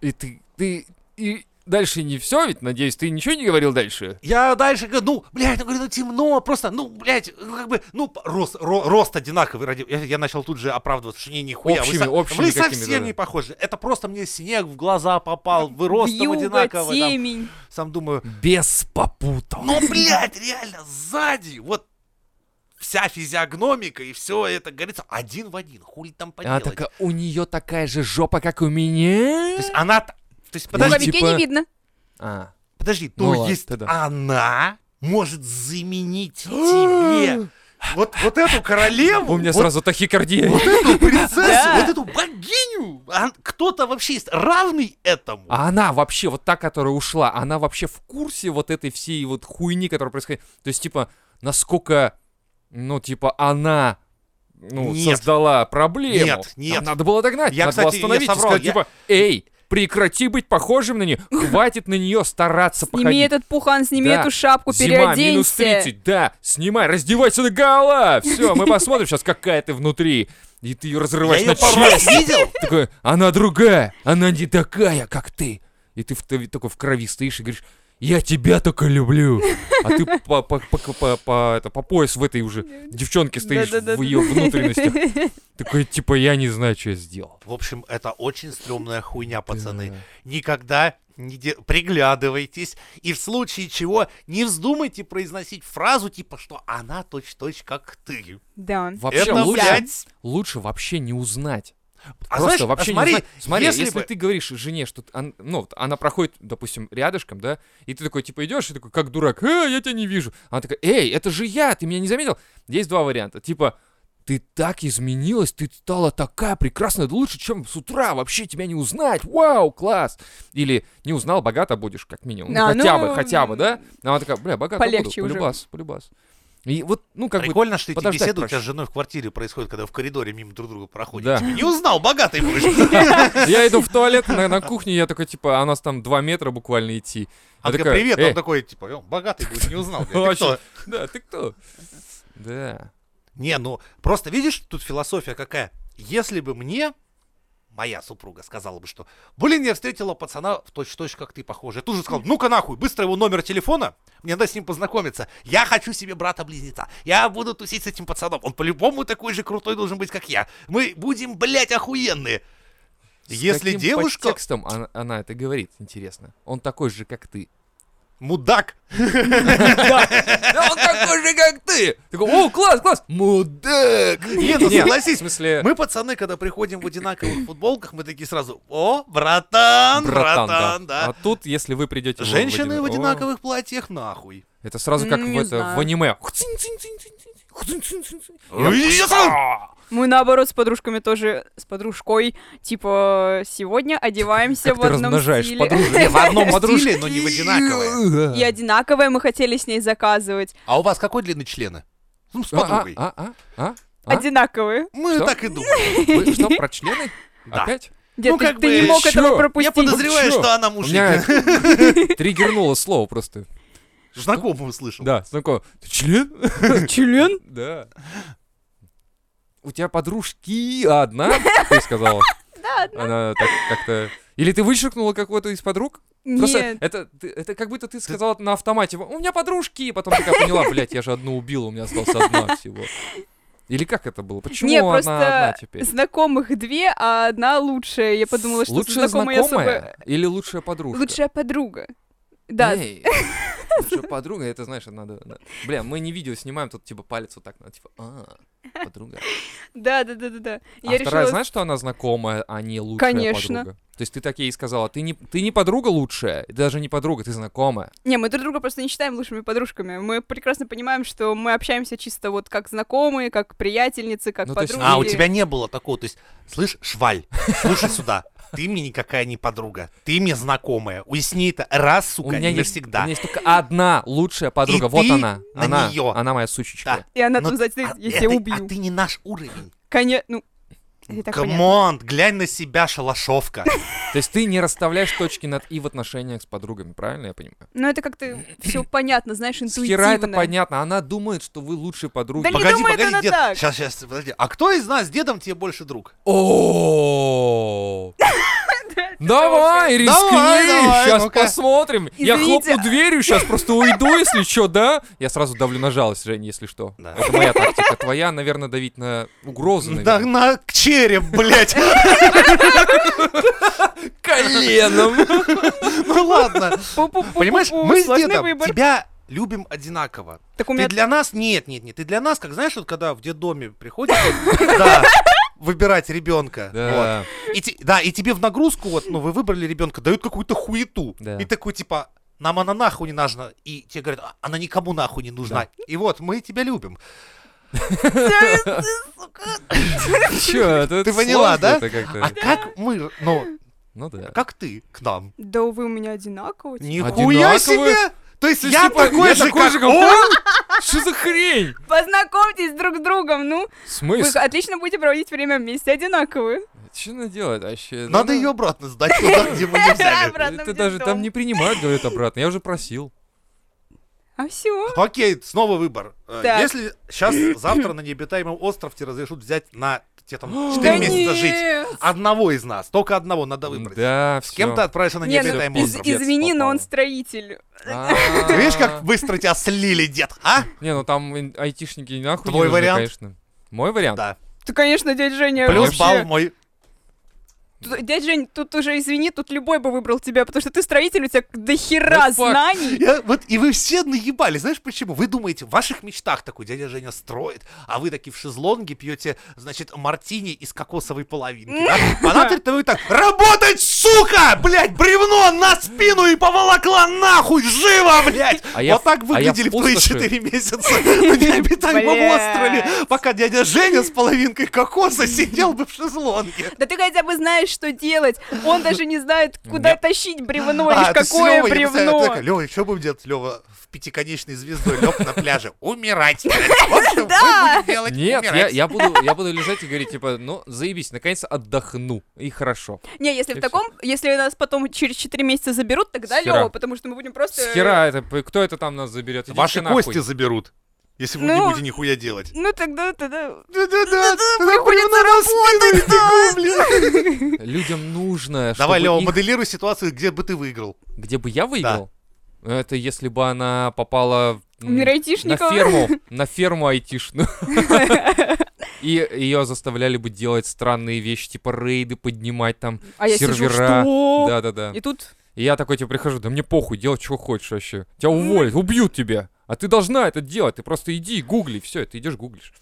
И ты, ты... И дальше не все ведь, надеюсь, ты ничего не говорил дальше? Я дальше говорю, ну, блядь, ну, говорю, ну, темно, просто, ну, блядь, ну, как бы, ну, п- рост, ро- рост одинаковый, ради... я, я начал тут же оправдываться, что не, нихуя, Общими- вы, со- общими вы какими-то, совсем да. не похожи, это просто мне снег в глаза попал, вы ростом Вьюга, одинаковые, там, темень. сам думаю, Без попутал. ну, блядь, реально, сзади, вот, вся физиогномика и все это, говорится, один в один, хули там Она поделать. такая, у нее такая же жопа, как у меня. То есть она, т- то есть, Даже В подожди, Пуховик. не типа- видно. А. подожди, Ну то ладно, есть ты да. она может заменить тебе Вот, вот эту королеву, а, У меня вот сразу тахикардия. вот эту принцессу, Да. вот эту богиню, а кто-то вообще есть равный этому. А она вообще, вот та, которая ушла, она вообще в курсе вот этой всей вот хуйни, которая происходит? То есть, типа, насколько, ну, типа, она ну, Нет. создала проблему. Нет, нет. Нам надо было догнать, Я, надо было кстати, я остановить и соврал, сказать, я- типа, эй, прекрати быть похожим на нее, хватит на нее стараться Сними походить. этот пухан, сними Да. эту шапку, Зима, минус переоденься. 30, да, снимай, раздевайся до гола, все, мы посмотрим сейчас, какая ты внутри. И ты ее Я разрываешь ее на пару раз части. видел, Такой, она другая, она не такая, как ты. И ты в, такой в крови стоишь и говоришь, я тебя только люблю. А ты по, по- по- по- по- это, по пояс в этой уже девчонке стоишь, Да-да-да. в ее внутренностях. Такой, типа, я не знаю, что я сделал. В общем, это очень стрёмная хуйня, пацаны. Да. Никогда не де- приглядывайтесь и в случае чего не вздумайте произносить фразу типа, что она точь-точь как ты. Да. Вообще это, лучше, блядь, лучше вообще не узнать. а Просто знаешь, а вообще смотри, не узнать. Смотри, если если, бы- ты говоришь жене, что ты- он- ну, вот она проходит, допустим, рядышком, да, и ты такой, типа, идешь и такой, как дурак, «Э, я тебя не вижу. Она такая, эй, это же я, ты меня не заметил? Есть два варианта. Типа, ты так изменилась, ты стала такая прекрасная, да лучше, чем с утра, вообще тебя не узнать, вау, класс. Или не узнал, богато будешь, как минимум. Ну, А, хотя ну, бы, хотя бы, да? А она такая, бля, богато буду, полегче уже. полюбас, полюбас. И вот, ну, как бы, Прикольно, что эти подождать беседы у проще. тебя с женой в квартире происходят, когда в коридоре мимо друг друга проходят. Да. Типа, не узнал, богатый будешь. Я иду в туалет на, на кухне, я такой, типа, а у нас там 2 метра буквально идти. А Я такая, привет, «Эй, он такой, типа, «Э, богатый будешь, не узнал. блядь, ты Вообще. кто?» Да, ты кто? Да. Не, ну, просто видишь, тут философия какая. Если бы мне моя супруга сказала бы, что, блин, я встретила пацана в точь-точь, как ты, похоже. Я тут же сказал, ну-ка нахуй, быстро его номер телефона, мне надо с ним познакомиться. Я хочу себе брата-близнеца. Я буду тусить с этим пацаном. Он по-любому такой же крутой должен быть, как я. Мы будем, блядь, охуенные. С Если каким девушка подтекстом она, она это говорит, интересно. Он такой же, как ты. мудак, Да он такой же, как ты! Такой, о, класс, класс! Мудак! Не, ну Нет, согласись, в смысле... Мы, пацаны, когда приходим в одинаковых футболках, мы такие сразу, о, братан, братан, да. А тут, если вы придете... в- в Женщины один- в О, одинаковых платьях, нахуй. Это сразу как М, в, не это, знаю. в аниме. Хцинь-цинь-цинь-цинь-цинь, хцинь-цинь-цинь-цинь. Мы наоборот с подружками тоже, с подружкой, типа, сегодня одеваемся Как в ты одном размножаешь стиле. подружек? Не, в одном подружке. Стиле, но ну, не в одинаковые. И одинаковое мы хотели с ней заказывать. А у вас какой длины члены? Ну, с А, подругой. а, а, а, А? Одинаковые. Мы Что? так и думали. Вы что, про члены? Да. Опять? Дед, Ну, ты, как ты бы, не мог чё? этого Я Я пропустить. подозреваю, чё? что она У мужик. меня триггернуло слово просто. Знакомый услышал. Да, знакомо. Ты член? Член? Да. У тебя подружки одна, ты сказала. Да, одна. Она так как-то... Или ты вычеркнула какую-то из подруг? Просто Нет. это, ты- это как будто ты сказала на автомате, у меня подружки, и потом такая поняла, блядь, я же одну убила, у меня осталась одна всего. Или как это было? Почему Не, она одна просто теперь? знакомых две, а одна лучшая. Я подумала, что лучшая знакомые знакомая особо... или лучшая подружка? Лучшая подруга. Да, Эй, лучшая подруга, это знаешь, надо... на- Бля, мы не видео снимаем, тут типа палец вот так, надо, типа, а, подруга. да, да, да, да, да. А Я вторая, решила... знаешь, что она знакомая, а не лучшая Конечно. подруга? То есть ты так ей сказала, ты не, ты не подруга лучшая, и даже не подруга, ты знакомая. Не, мы друг друга просто не считаем лучшими подружками. Мы прекрасно понимаем, что мы общаемся чисто вот как знакомые, как приятельницы, как Ну, то есть- подруги. А, у тебя не было такого, то есть, слышь, шваль, слушай сюда, ты мне никакая не подруга, ты мне знакомая, уясни это раз, сука, навсегда. у меня есть только одна лучшая подруга, И вот ты она, на она, неё. она моя сучечка. И она Но там, значит, А я это- тебя убью. А ты не наш уровень. Коне- ну, это так понятно. Камон, глянь на себя, шалашовка. То есть ты не расставляешь точки над и в отношениях с подругами, правильно я понимаю? Ну, это как-то все понятно, знаешь, С хера это интуитивно. понятно, она думает, что вы лучшие подруги. Да не думает она дед. так. Сейчас, сейчас, подожди. А кто из нас с дедом тебе больше друг? О, Давай, рискни, Давай, давай, сейчас ну-ка. посмотрим. Я Извините. хлопну дверью, сейчас просто уйду, если что, да? Я сразу давлю на жалость, Жень, если что. Да. Это моя тактика. Твоя, наверное, давить на угрозы, Да наверное. на к череп, блядь. Коленом. Ну ладно. Пу-пу-пу-пу-пу, Понимаешь, мы с сложный дедом выбор. тебя любим одинаково. Так у Ты меня... для нас... Нет, нет, нет. Ты для нас, как знаешь, вот когда в детдоме приходишь, вот, да, выбирать ребенка. вот. Да. И, те- да, и тебе в нагрузку, вот, ну, вы выбрали ребенка, дают какую-то хуету. Да. И такой, типа, нам она нахуй не нужна. И тебе говорят, «А, она никому нахуй не нужна. И вот, мы тебя любим. Чё, это Ты поняла, сложно да? это как-то. А как мы, ну, Ну да. как ты к нам? Да вы у меня одинаково. типа. Нихуя Одинаковые? себе! То есть Ты я типа, такой же, такой как же, он? он? Что за хрень? Познакомьтесь друг с другом, ну. Вы Смысл? отлично будете проводить время вместе, одинаковые. Что надо делать вообще? Надо ее обратно сдать туда, где мы не взяли. Ну Обратно в Это даже там детдом. не принимают, говорят обратно. Я уже просил. А все. Окей, снова выбор. Э, Так. Если сейчас, завтра на необитаемом острове тебе разрешут взять на тебе там 4 Да месяца жить. нет. Одного из нас, только одного надо выбрать. Да, С кем ты отправишься на Не, ну, необитаемый из- всё, остров? пиздец извини, но он попало. строитель. Ты видишь, как быстро тебя слили, дед, а? Не, ну там ин- айтишники нахуй не Твой нужны, вариант? конечно. Мой вариант? Да. Ты, конечно, дядь Женя Плюс вообще- балл мой. Тут- Дядь Жень, тут уже извини, тут любой бы выбрал тебя, потому что ты строитель, у тебя до хера Вот факт. знаний. Я- вот, и вы все наебали, знаешь почему? Вы думаете, в ваших мечтах такой дядя Женя строит, а вы такие в шезлонге пьете, значит, мартини из кокосовой половинки. да? А она-то вы так, работать, сука, блядь, бревно на спину и поволокла нахуй, живо, блядь. А я вот так в- а я в выглядели в твои пустоши. 4 месяца на необитаемом Блядь. острове, пока дядя Женя с половинкой кокоса сидел бы в шезлонге. Да ты хотя бы знаешь, что делать. Он даже не знает, куда Я- тащить А, бревно, лишь какое бревно. Лева, что будем делать? Лева в пятиконечной звездой лег на пляже. Умирать. Вот что мы будем делать. Нет, я, умирать. я, буду, я буду лежать и говорить, типа, ну, заебись, наконец отдохну. И хорошо. Не, если в И таком, если нас потом через 4 месяца заберут, тогда С хера. Лева, потому что мы будем просто... С хера это, п- кто это там нас заберет? Идите Ваши нахуй. кости заберут. Если вы Ну. не будете нихуя делать. Ну тогда, тогда... ну, Да-да-да, Приходится работать, да. Людям нужно, чтобы Давай, Лева, их- моделируй ситуацию, где бы ты выиграл. где бы я выиграл. Это если бы она попала в- Мир м, на айтишников. ферму, на ферму айтишную. И ее заставляли бы делать странные вещи, типа рейды поднимать там, А я сижу, сервера. что? Да-да-да. И тут И я такой тебе прихожу, да мне похуй, делай, что хочешь вообще. Тебя уволят, убьют тебя. А ты должна это делать, ты просто иди и гугли, все, ты идешь гуглишь.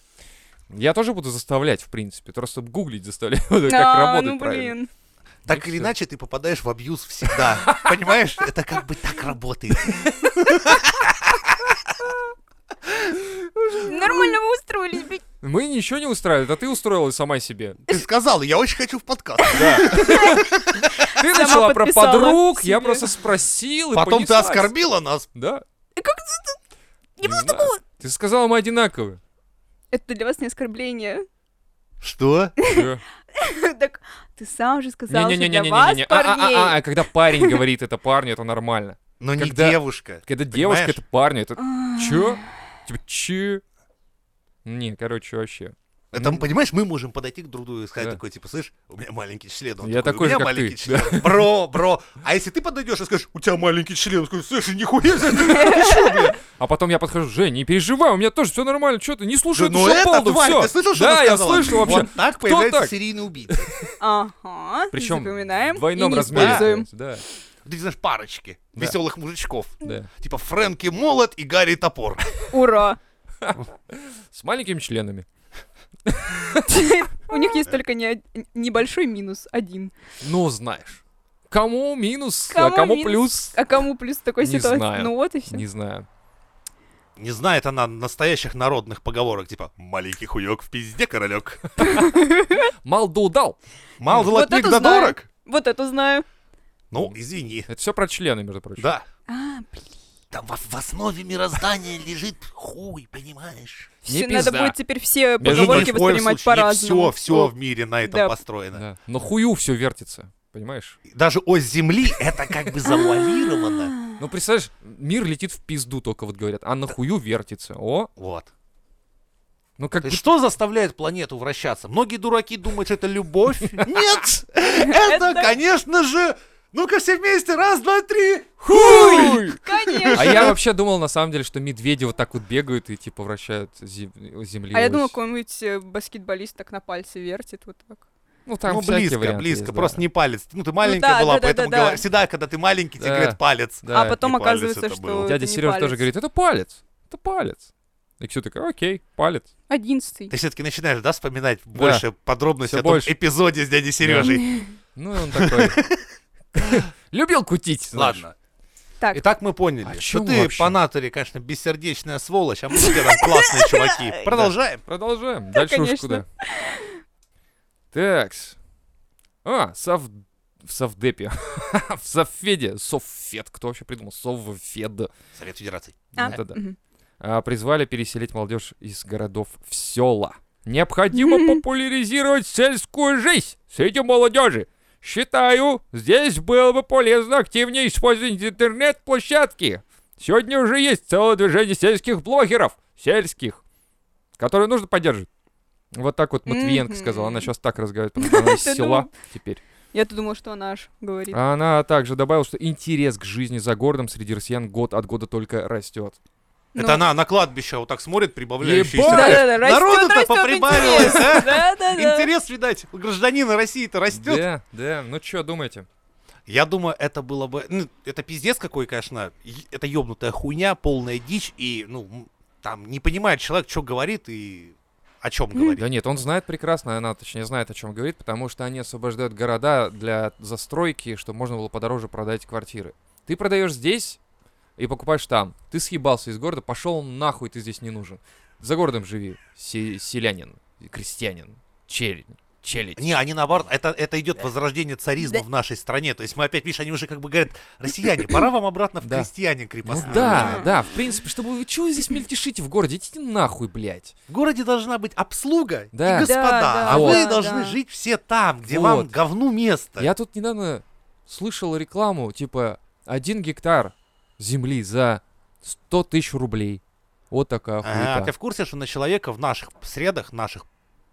Я тоже буду заставлять, в принципе, просто гуглить заставляю, как А, работать ну правильно. блин. Так или всё. иначе, ты попадаешь в абьюз всегда. Понимаешь? Это как бы так работает. Нормально вы устроились, блядь. Мы ничего не устраивает, а ты устроила сама себе. Ты сказал, я очень хочу в подкаст. Ты Сама начала про подписала подруг, я себе. просто спросил и Потом ты понеслась. оскорбила нас. Да. как ты Не было такого. Ты сказала, мы одинаковые. Это для вас не оскорбление. Что? Чё? Так ты сам же сказал, что для вас, Не-не-не-не-не-не. А, а, а, парней. а, Когда парень говорит это парню, это нормально. Но не Когда- девушка. Когда девушка Понимаешь? это парню, это чё? Типа, че? Не, короче, вообще. Это, Ну. понимаешь, мы можем подойти к друг другу и сказать Да. такой, типа, слышь, у меня маленький член. Он Я такой у же, меня как маленький ты». член. Бро, бро. А если ты подойдешь и скажешь, у тебя маленький член, он скажет, слушай, нихуя себе, ты чё, блин?» А потом я подхожу, Жень, не переживай, у меня тоже все нормально, что ты не Да слушай эту Ну это, шапалду, тварь, всё. ты слышал, что Да, она я сказала? слышал вообще. Вот так появляется так? серийный убийца. Ага. Причем запоминаем в двойном и не размере. используем. Да, Ты знаешь, парочки Да. веселых мужичков. да. Типа Фрэнки Молот и Гарри Топор. Ура. С маленькими членами. У них есть только не од- небольшой минус, один. Ну, знаешь. Кому минус, а Кому кому минус? плюс? А кому плюс в такой Не ситуации? знаю. Ну вот и все. Не знаю. Не знает она настоящих народных поговорок, типа «маленький хуёк в пизде, королек». Мал да удал. Мал золотник это да знаю. дорог. Вот это знаю. Ну, извини. Это все про члены, между прочим. Да. А, блин. Там в, в основе мироздания лежит хуй, понимаешь? Не Все, надо пизда. будет теперь все Между поговорки воспринимать по-разному. Все, все в мире на этом Да. построено. Да. На хую все вертится, понимаешь? Даже ось Земли это как бы завуалировано. Ну, представляешь, мир летит в пизду только вот говорят, а на хую вертится. О, Вот. ну как То бы есть А что заставляет планету вращаться? Многие дураки думают, что это любовь. Нет! Это, Это- конечно же... Ну-ка все вместе, раз, два, три. Хуй! Конечно. А я вообще думал, на самом деле, что медведи вот так вот бегают и типа вращают зе- земли. А я ось. думал, какой-нибудь э, баскетболист так на пальце вертит вот так. ну там ну, всякие близко, варианты близко, есть, да. просто не палец. Ну, ты маленькая да, была, да, да, поэтому да, говор- да. всегда, когда ты маленький, тебе Да. говорят палец. Да. а потом не палец оказывается, это что был. это дядя не Сережа тоже палец. говорит, это палец, это палец. И все такое, окей, палец. Одиннадцатый. Ты все-таки начинаешь, да, вспоминать больше подробностей Всё о том больше. эпизоде с дядей Сережей. Ну и он такой. Любил кутить, знаешь. Ладно. Так, Итак, мы поняли, А О что чём ты вообще? по натуре, конечно, бессердечная сволочь, а мы все там классные чуваки. Продолжаем. Продолжаем. Дальше уж конечно. куда. Такс. А, сов... в Совдепе. в Совфеде. Совфед. Кто вообще придумал? Совфед. Совет Федерации. а, Это да. мгм. А, призвали переселить молодежь из городов в села. Необходимо популяризировать сельскую жизнь среди молодежи. Считаю, здесь было бы полезно активнее использовать интернет-площадки. Сегодня уже есть целое движение сельских блогеров. Сельских. Которые нужно поддерживать. Вот так вот Матвиенко сказала. Она Мгм. сейчас так разговаривает, потому что она из Ты села думал? теперь. Я-то думала, что она аж говорит. А Она также добавила, что интерес к жизни за городом среди россиян год от года только растет. Ну, Это она на кладбище вот так смотрит, прибавляющийся. Ебать! интерес. Да-да-да, растёт, Народу-то растёт поприбавилось, интерес. а? Да-да-да. Интерес, видать, у гражданина России-то растет. Да, да. Ну что думаете? Я думаю, это было бы... ну, это пиздец какой, конечно. е- Это ёбнутая хуйня, полная дичь. И, ну, м, там не понимает человек, что говорит и о чем говорит. Да нет, он знает прекрасно, она точнее знает, о чем говорит, потому что они освобождают города для застройки, чтобы можно было подороже продать квартиры. Ты продаешь здесь и покупаешь там. Ты съебался из города, пошел нахуй, ты здесь не нужен. За городом живи, се- селянин, крестьянин, челень, челядь. Не, а они наоборот, это, это идет возрождение царизма Да. в нашей стране. То есть мы опять, видишь, они уже как бы говорят, россияне, пора вам обратно в Да. крестьяне Ну крепостные. да, Да. да, в принципе, чтобы вы чего вы здесь мельтешите в городе, идите нахуй, блядь. В городе должна быть обслуга Да. и господа, Да, да, а Вот. вы да, должны да. жить все там, где Вот. вам говну место. Я тут недавно слышал рекламу, типа, один гектар земли за 100 тысяч рублей. Вот такая хуйня. А, ты в курсе, что на человека в наших средах, наших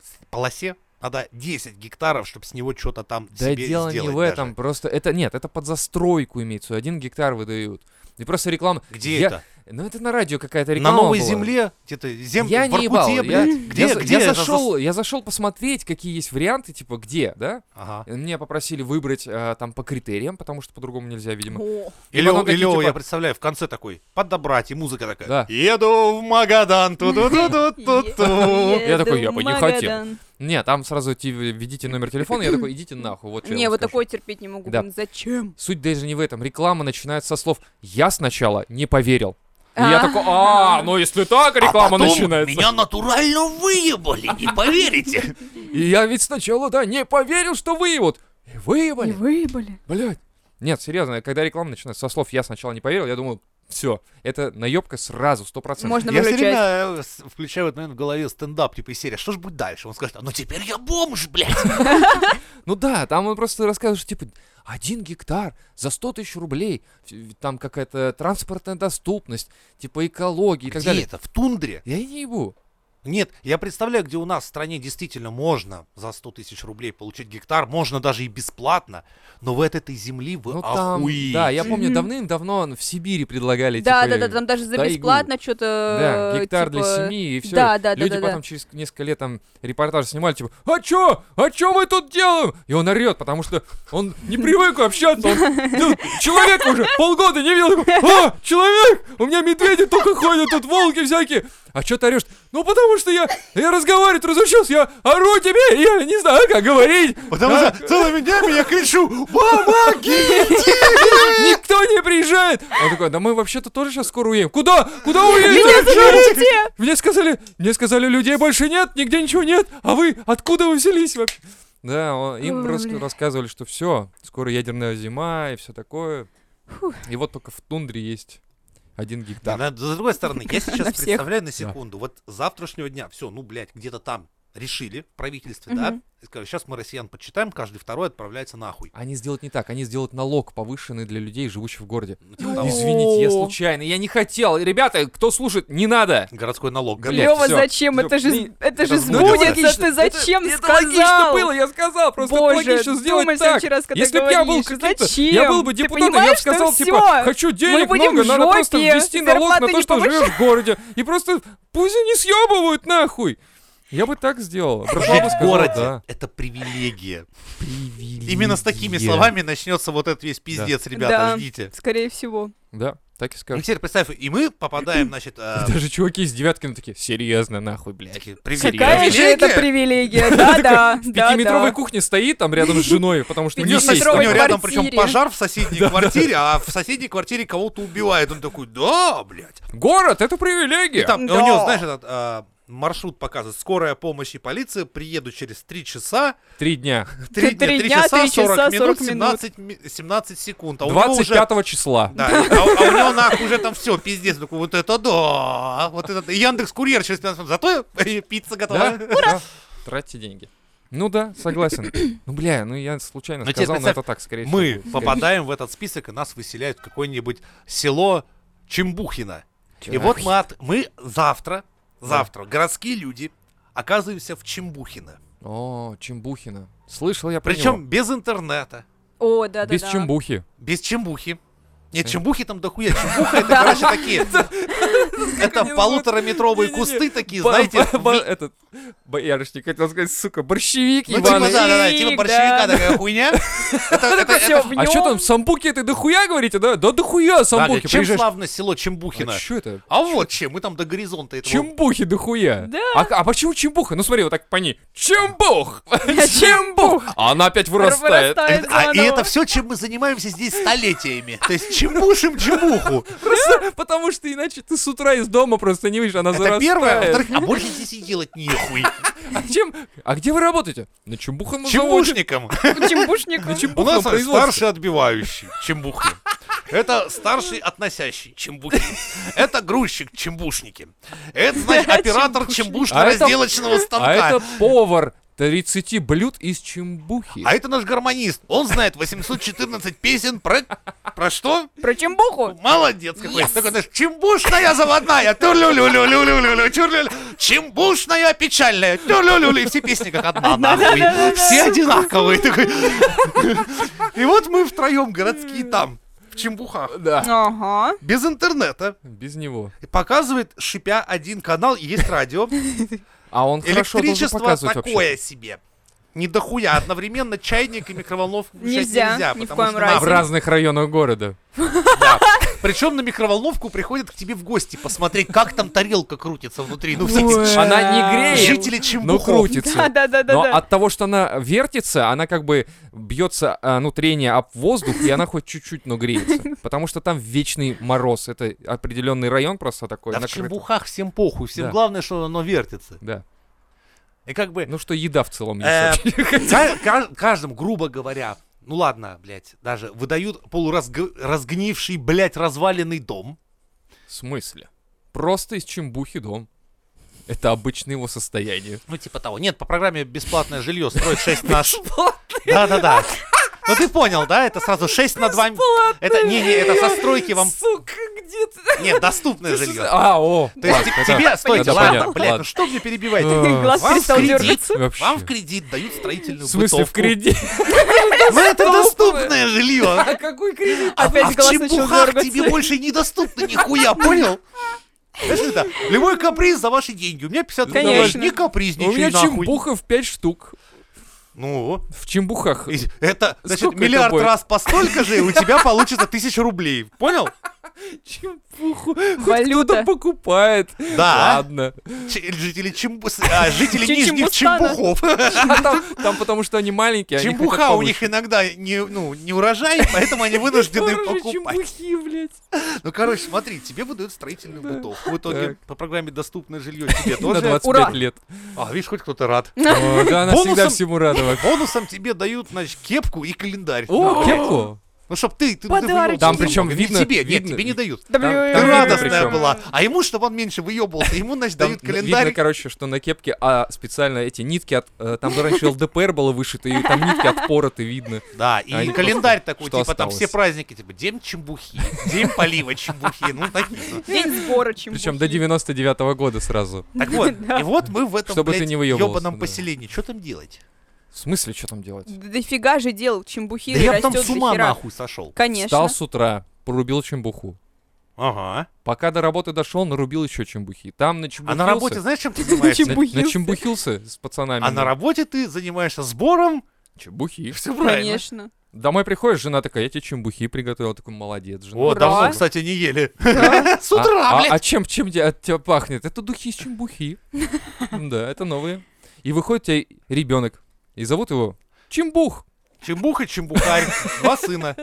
с- полосе надо 10 гектаров, чтобы с него что-то там Да себе дело не сделать в даже. этом, просто это нет, это под застройку имеется. Один гектар выдают. И просто реклама. Где Я- это? Ну это на радио какая-то На реклама. Новой была. Земле? Где-то зем... Я в Воркуте, не ебал. я- блядь? я Где, за- где я это за- зашел, я зашел посмотреть, какие есть варианты, типа где, да? Ага. Мне попросили выбрать а, там по критериям, потому что по-другому нельзя, видимо. О, Или, потом он- такие, или он, типа- я представляю, в конце такой, подобрать, и музыка такая. Да. Еду в Магадан, ту ту ту ту ту еду такой, в я бы не хотел. Магадан. Не, там сразу ти- введите номер телефона, я такой, идите нахуй, вот что я Не, вам вот скажу. такое терпеть не могу. Да. блин, Зачем? Суть даже не в этом. Реклама начинается со слов «Я сначала не поверил». И я такой «А, ну если так, реклама начинается». А натурально выебали, не поверите. И я ведь сначала, да, не поверил, что выебут. И И выебали, выебали. блядь. Нет, серьезно, когда реклама начинается со слов «Я сначала не поверил», я думаю, все, это наебка сразу, сто процентов. Можно Я все выключать. время э, с- включаю в этот момент в голове стендап, типа из серии, что ж будет дальше? Он скажет, ну теперь я бомж, блядь. Ну да, там он просто рассказывает, что типа один гектар за 100 тысяч рублей, ф- там какая-то транспортная доступность, типа экология и так Где далее. это? В тундре? Я и не ебу. Нет, я представляю, где у нас в стране действительно можно за 100 тысяч рублей получить гектар, можно даже и бесплатно, но вы от этой земли вы Ну там, охуеете. да, я помню, Мгм. давным-давно в Сибири предлагали, Да, типа, да, да, там даже за тайгу. бесплатно что-то. Да, гектар типа, для семьи и все. да, да, да, Люди да, да. потом через несколько лет там репортаж снимали, типа, а чё? А чё мы тут делаем? И он орет, потому что он не привык общаться. Он, ну, человека уже полгода не видел. Такой, А, человек! У меня медведи только ходят, тут волки всякие. А чё ты орешь? Ну, потому что я, я разговаривать разучился, я ору тебе, и я не знаю, как говорить. Потому Да. что целыми днями я кричу, помоги! Э! Никто не приезжает. Он такой, да мы вообще-то тоже сейчас скоро уедем. Куда? Куда уедем? Заберите! Мне сказали, мне сказали, людей больше нет, нигде ничего нет, а вы откуда вы взялись вообще? Да, он- им Ой, рас- бля. рассказывали, что все, скоро ядерная зима и все такое. И вот только в тундре есть один гектар. Да, С другой стороны, я сейчас На всех. представляю на секунду, вот с завтрашнего дня, все, ну, блядь, где-то там решили в правительстве, да, Мгм. и сказали, сейчас мы россиян подсчитаем, каждый второй отправляется нахуй. Они сделают не так, они сделают налог повышенный для людей, живущих в городе. Ну, типа того. Извините, я О. случайно, я не хотел. Ребята, кто слушает, не надо. Городской налог. Блядь, Лёва, всё. зачем? Это же, Блин, это же это логично. сбудется, ты зачем это, сказал? логично было, я сказал, просто это Боже, логично сделать думаешь, так. вчера, когда Если бы я был говоришь, каким-то, зачем? я был бы Ты депутатом, я бы понимаешь, что сказал, типа, всё? хочу денег будем много, в надо просто жопе, ввести налог на зарплаты то, не что живешь в городе. И просто пусть они съебывают нахуй. Я бы так сделал. Прошла Жить бы в сказал, городе да. это привилегия. Привилегия. Именно с такими словами начнется вот этот весь пиздец, ребята, Да. ждите. Скорее всего. Да. Так и И скажут. теперь представь, и мы попадаем, значит, э, Даже чуваки из девятки ну, такие, серьезно, нахуй, блядь. такие, привет, Какая же это привилегия. привилегия, да-да. В пятиметровой кухне стоит там рядом с женой, потому что У не нее, Пятиметровой сесть сосед- у там. нее рядом причем квартире. пожар в соседней квартире, а в соседней квартире кого-то убивает. Он такой, да, блядь. Город, это привилегия. Там, и Да. у него, знаешь, этот э, маршрут показывает. Скорая помощь и полиция приедут через 3 часа. Три дня. 3, Три дня, дня, 3 три часа, 40, часа, минут, 40 минут. 17, ми- 17 секунд. А у него уже 25 числа. Да, и- а, у- а у него нахуй уже там все, пиздец. Такой, вот это да! Вот это Яндекс Курьер через 15 минут. Зато и пицца готова. Да? Да. Тратьте деньги. Ну да, согласен. Ну бля, ну я случайно Ну, тебе сказал, но представь, это так, скорее всего. Мы будет, скорее попадаем в этот список, и нас выселяют в какое-нибудь село Чембухино. всего. И вот мы, от- мы завтра, завтра, городские люди, оказываемся в Чембухино. О, Чембухина. Слышал я про него. Причем без интернета, О, да-да-да. Без Чембухи. без Чембухи. Нет, Э. Чембухи там дохуя. Чембуха это, короче, такие... Это не могу. полутораметровые Не-не-не. кусты такие, Ба- знаете, ба- ба- этот боярышник хотел сказать, сука, борщевик Ну, типа, да, ебаный. да, да, типа Борщевик, борщевика да. такая хуйня. Это, это, Всё, это- в А что нём. там, самбуки это дохуя говорите, да? Да дохуя Да, самбуки, чем приезжаешь. славно село Чембухино? А что это? А вот чем, мы там до горизонта этого... Чембухи дохуя. Да. А, а почему чембуха? Ну смотри, вот так по ней. Чембух! Чембух! А она опять вырастает. Вырастает Это- а, и заново. это все, чем мы занимаемся здесь столетиями. То есть чембушим чемуху. Потому что иначе ты с утра из дома просто не выйдешь, она Это зарастает. первое. а во-вторых, А больше здесь и делать нехуй. А чем? А где вы работаете? На чембухом заводе. Чембушником. Чембушник. У Чембухном нас производстве. старший отбивающий чембухи. Это старший относящий чембухи. Это грузчик чембушники. Это значит оператор чембушно-разделочного станка. А это повар 30 блюд из чембухи. А это наш гармонист. Он знает 814 песен про... Про что? Про чембуху. Молодец какой. Такой, знаешь, чембушная заводная. Тюрлю-лю-лю-лю-лю-лю-лю. чурлю-лю. Чембушная печальная. Тюрлю-лю-лю. И все песни как одна, нахуй. Все одинаковые. Такой. И вот мы втроем городские там. В чембухах. Да. Ага. Без интернета. Без него. И Показывает, шипя один канал, и есть радио. А он хорошо должен Электричество показывать такое вообще. себе. Не дохуя. Одновременно чайник и микроволновку включать Нельзя, нельзя. ни в потому коем что разе. нахуй. В разных районах города. Причем на микроволновку приходят к тебе в гости посмотреть, как там тарелка крутится внутри. Ну, Ой. все Она Ну, не эти греет, жители но Чембухов. крутится. Но Да-да-да-да. от того, что она вертится, она как бы бьется а, ну, трение об воздух, и она хоть чуть-чуть, но греется. Потому что там вечный мороз. Это определенный район просто такой. Да в накрытый. Чембухах всем похуй. Всем Да. главное, что оно вертится. Да. И как бы Ну что еда в целом есть Э, вообще. ка- ка- каждым, грубо говоря, ну ладно, блядь, даже выдают полуразгнивший, блядь, разваленный дом. В смысле? Просто из чембухи дом. Это обычное его состояние. Ну, типа того. Нет, по программе бесплатное жилье строить 6 на... Да-да-да. Ну ты понял, да? Это сразу 6 на 2... Это не, не, это со стройки вам... Сука, где ты? Нет, доступное Ты что жилье. за- А, о. То есть ладно, те- да. тебе, стойте, Это ладно, понятно, блядь, ну ладно. что вы мне перебиваете? Э, Глаз Вам перестал следить? дергаться. Вообще. Вам в кредит дают строительную В смысле, в бытовку. кредит? Ну это доступное жилье. А какой кредит? а Опять в глаз начал чепухах тебе дергаться. больше недоступно нихуя, понял? Знаешь, это, любой каприз за ваши деньги. У меня 50 рублей. Конечно. Не У капризничай меня нахуй. чембухов 5 штук. Ну, В чембухах. и это, значит, Сколько это миллиард будет? раз по столько же, и у тебя получится тысяча рублей. Понял? Чембуху. Валюта. Кто-то покупает. Да. Ладно. Ч- жители Чембус... а, жители Чем- Нижних Чембустана. Чембухов. А там, там потому что они маленькие, а они Чембуха хотят у них иногда не, ну, не урожай, поэтому они вынуждены Дороже покупать. чембухи, блядь. Ну, короче, смотри, тебе выдают строительную бытовку. В итоге Так. по программе «Доступное жилье» тебе На тоже. 25 Ура. лет. А, видишь, хоть кто-то рад. О, да, она всегда Бонусом- всему рада вообще. Бонусом тебе дают, значит, кепку и календарь. О, кепку. Ну, чтоб ты... ты Подарочек. выёбывался Там причем много. Не видно- Тебе, нет, видно- тебе не дают. Да Там- блин. Ты видно радостная причем. была. А ему, чтобы он меньше выебывался, ему, значит, Там дают н- календарь. Видно, короче, что на кепке а, специально эти нитки от... э, там раньше ЛДПР было вышито, и там нитки от пороты видно. Да, и Они календарь такой, что типа там осталось. все праздники, типа День Чембухи, День полива Чембухи, ну такие. ну. День сбора чембухи. Причем до 99 года сразу. Так вот, Да. и вот мы в этом, Чтобы ты блядь, не выебывался, ёбаном да. поселении. Что там делать? В смысле, что там делать? Да Дофига же дел, чембухи Да я растет там с ума дохера. нахуй сошел. Конечно. Встал с утра, порубил чембуху. Ага. Пока до работы дошел, нарубил еще чембухи. Там на А на работе знаешь, чем ты занимаешься? Чем- Начембухился Чембухился. начембухился с пацанами. А на работе ты занимаешься сбором, Чебухи. и все правильно. Конечно. Домой приходишь, жена такая, я тебе чембухи приготовила. Такой, молодец, жена. О, Ура. давно, кстати, не ели. С А- утра, а, блядь. а чем, чем те- от тебя пахнет? Это духи из чембухи. Да, это новые. И выходит у тебя ребенок. И зовут его Чембух. Чембух и чембухарь. Два сына.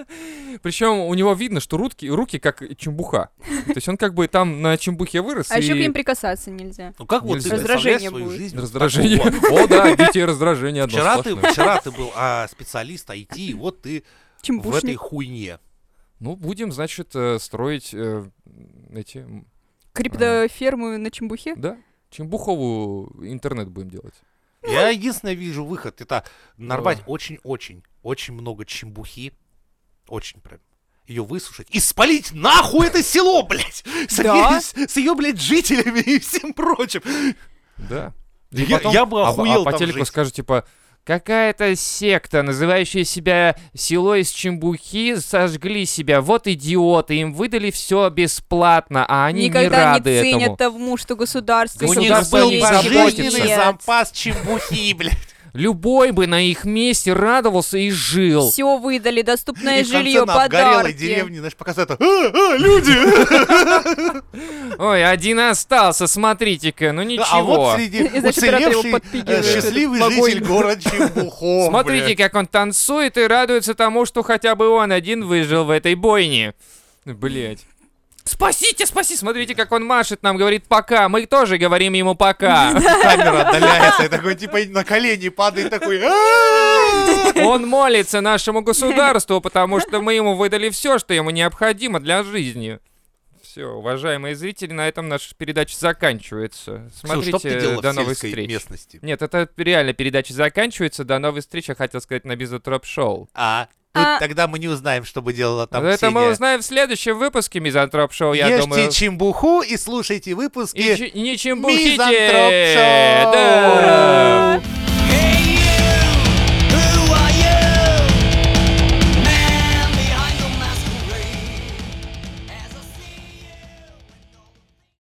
Причем у него видно, что руки, руки как чембуха. То есть он как бы там на чембухе вырос. А еще к и ним прикасаться нельзя. Ну как вот ты Нельзя. представляешь Раздражение свою будет. жизнь? Раздражение. Вот. О, да, детей раздражение одно Вчера ты, сплошное. вчера ты был а, специалист IT, и вот ты в этой Чембушник. хуйне. Ну, будем, значит, э, строить э, эти... м, Криптоферму на чембухе. Да, чембуховую интернет будем делать. Я единственное вижу выход. Это нарвать очень-очень, очень много чембухи. Очень прям. Ее высушить и спалить нахуй это село, блядь! С, Да? ее, блядь, жителями и всем прочим. Да. Я, я бы А- охуел а, по там телеку жить. скажут, типа, какая-то секта, называющая себя село из Чембухи, сожгли себя. Вот идиоты, им выдали все бесплатно, а они не Никогда рады не ценят этому. тому, что государство У Государство них государство был не пожизненный заботится. запас чембухи, блядь. Любой бы на их месте радовался и жил. Все выдали, доступное И в конце жилье, на обгорелой подарки. деревне, знаешь, показывают, «А, а, люди! Ой, один остался, смотрите-ка, ну ничего. А вот среди И, значит, пираты его уцелевший э, подпигивают счастливый в огонь. житель города Чембухов. Смотрите, как он танцует и радуется тому, что хотя бы он один выжил в этой бойне. Блять. Спасите, спаси! Смотрите, как он машет нам, говорит пока. Мы тоже говорим ему пока. камера отдаляется, и такой, типа, на колени падает такой. «А-а-а!» Он молится нашему государству, потому что мы ему выдали все, что ему необходимо для жизни. Все, уважаемые зрители, на этом наша передача заканчивается. Ксюш, что б ты Смотрите, делала до в новых сельской встреч. местности? Нет, это реально передача заканчивается. До новых встреч, я хотел сказать, на Бизотроп Шоу. А, ну, А. тогда мы не узнаем, что бы делала там Но это мы Ксения. узнаем в следующем выпуске Мизантроп Шоу, я Ешьте думаю. чембуху и слушайте выпуски. И, чи- и ничем Мизантроп бухите! Шоу! Да! Ура!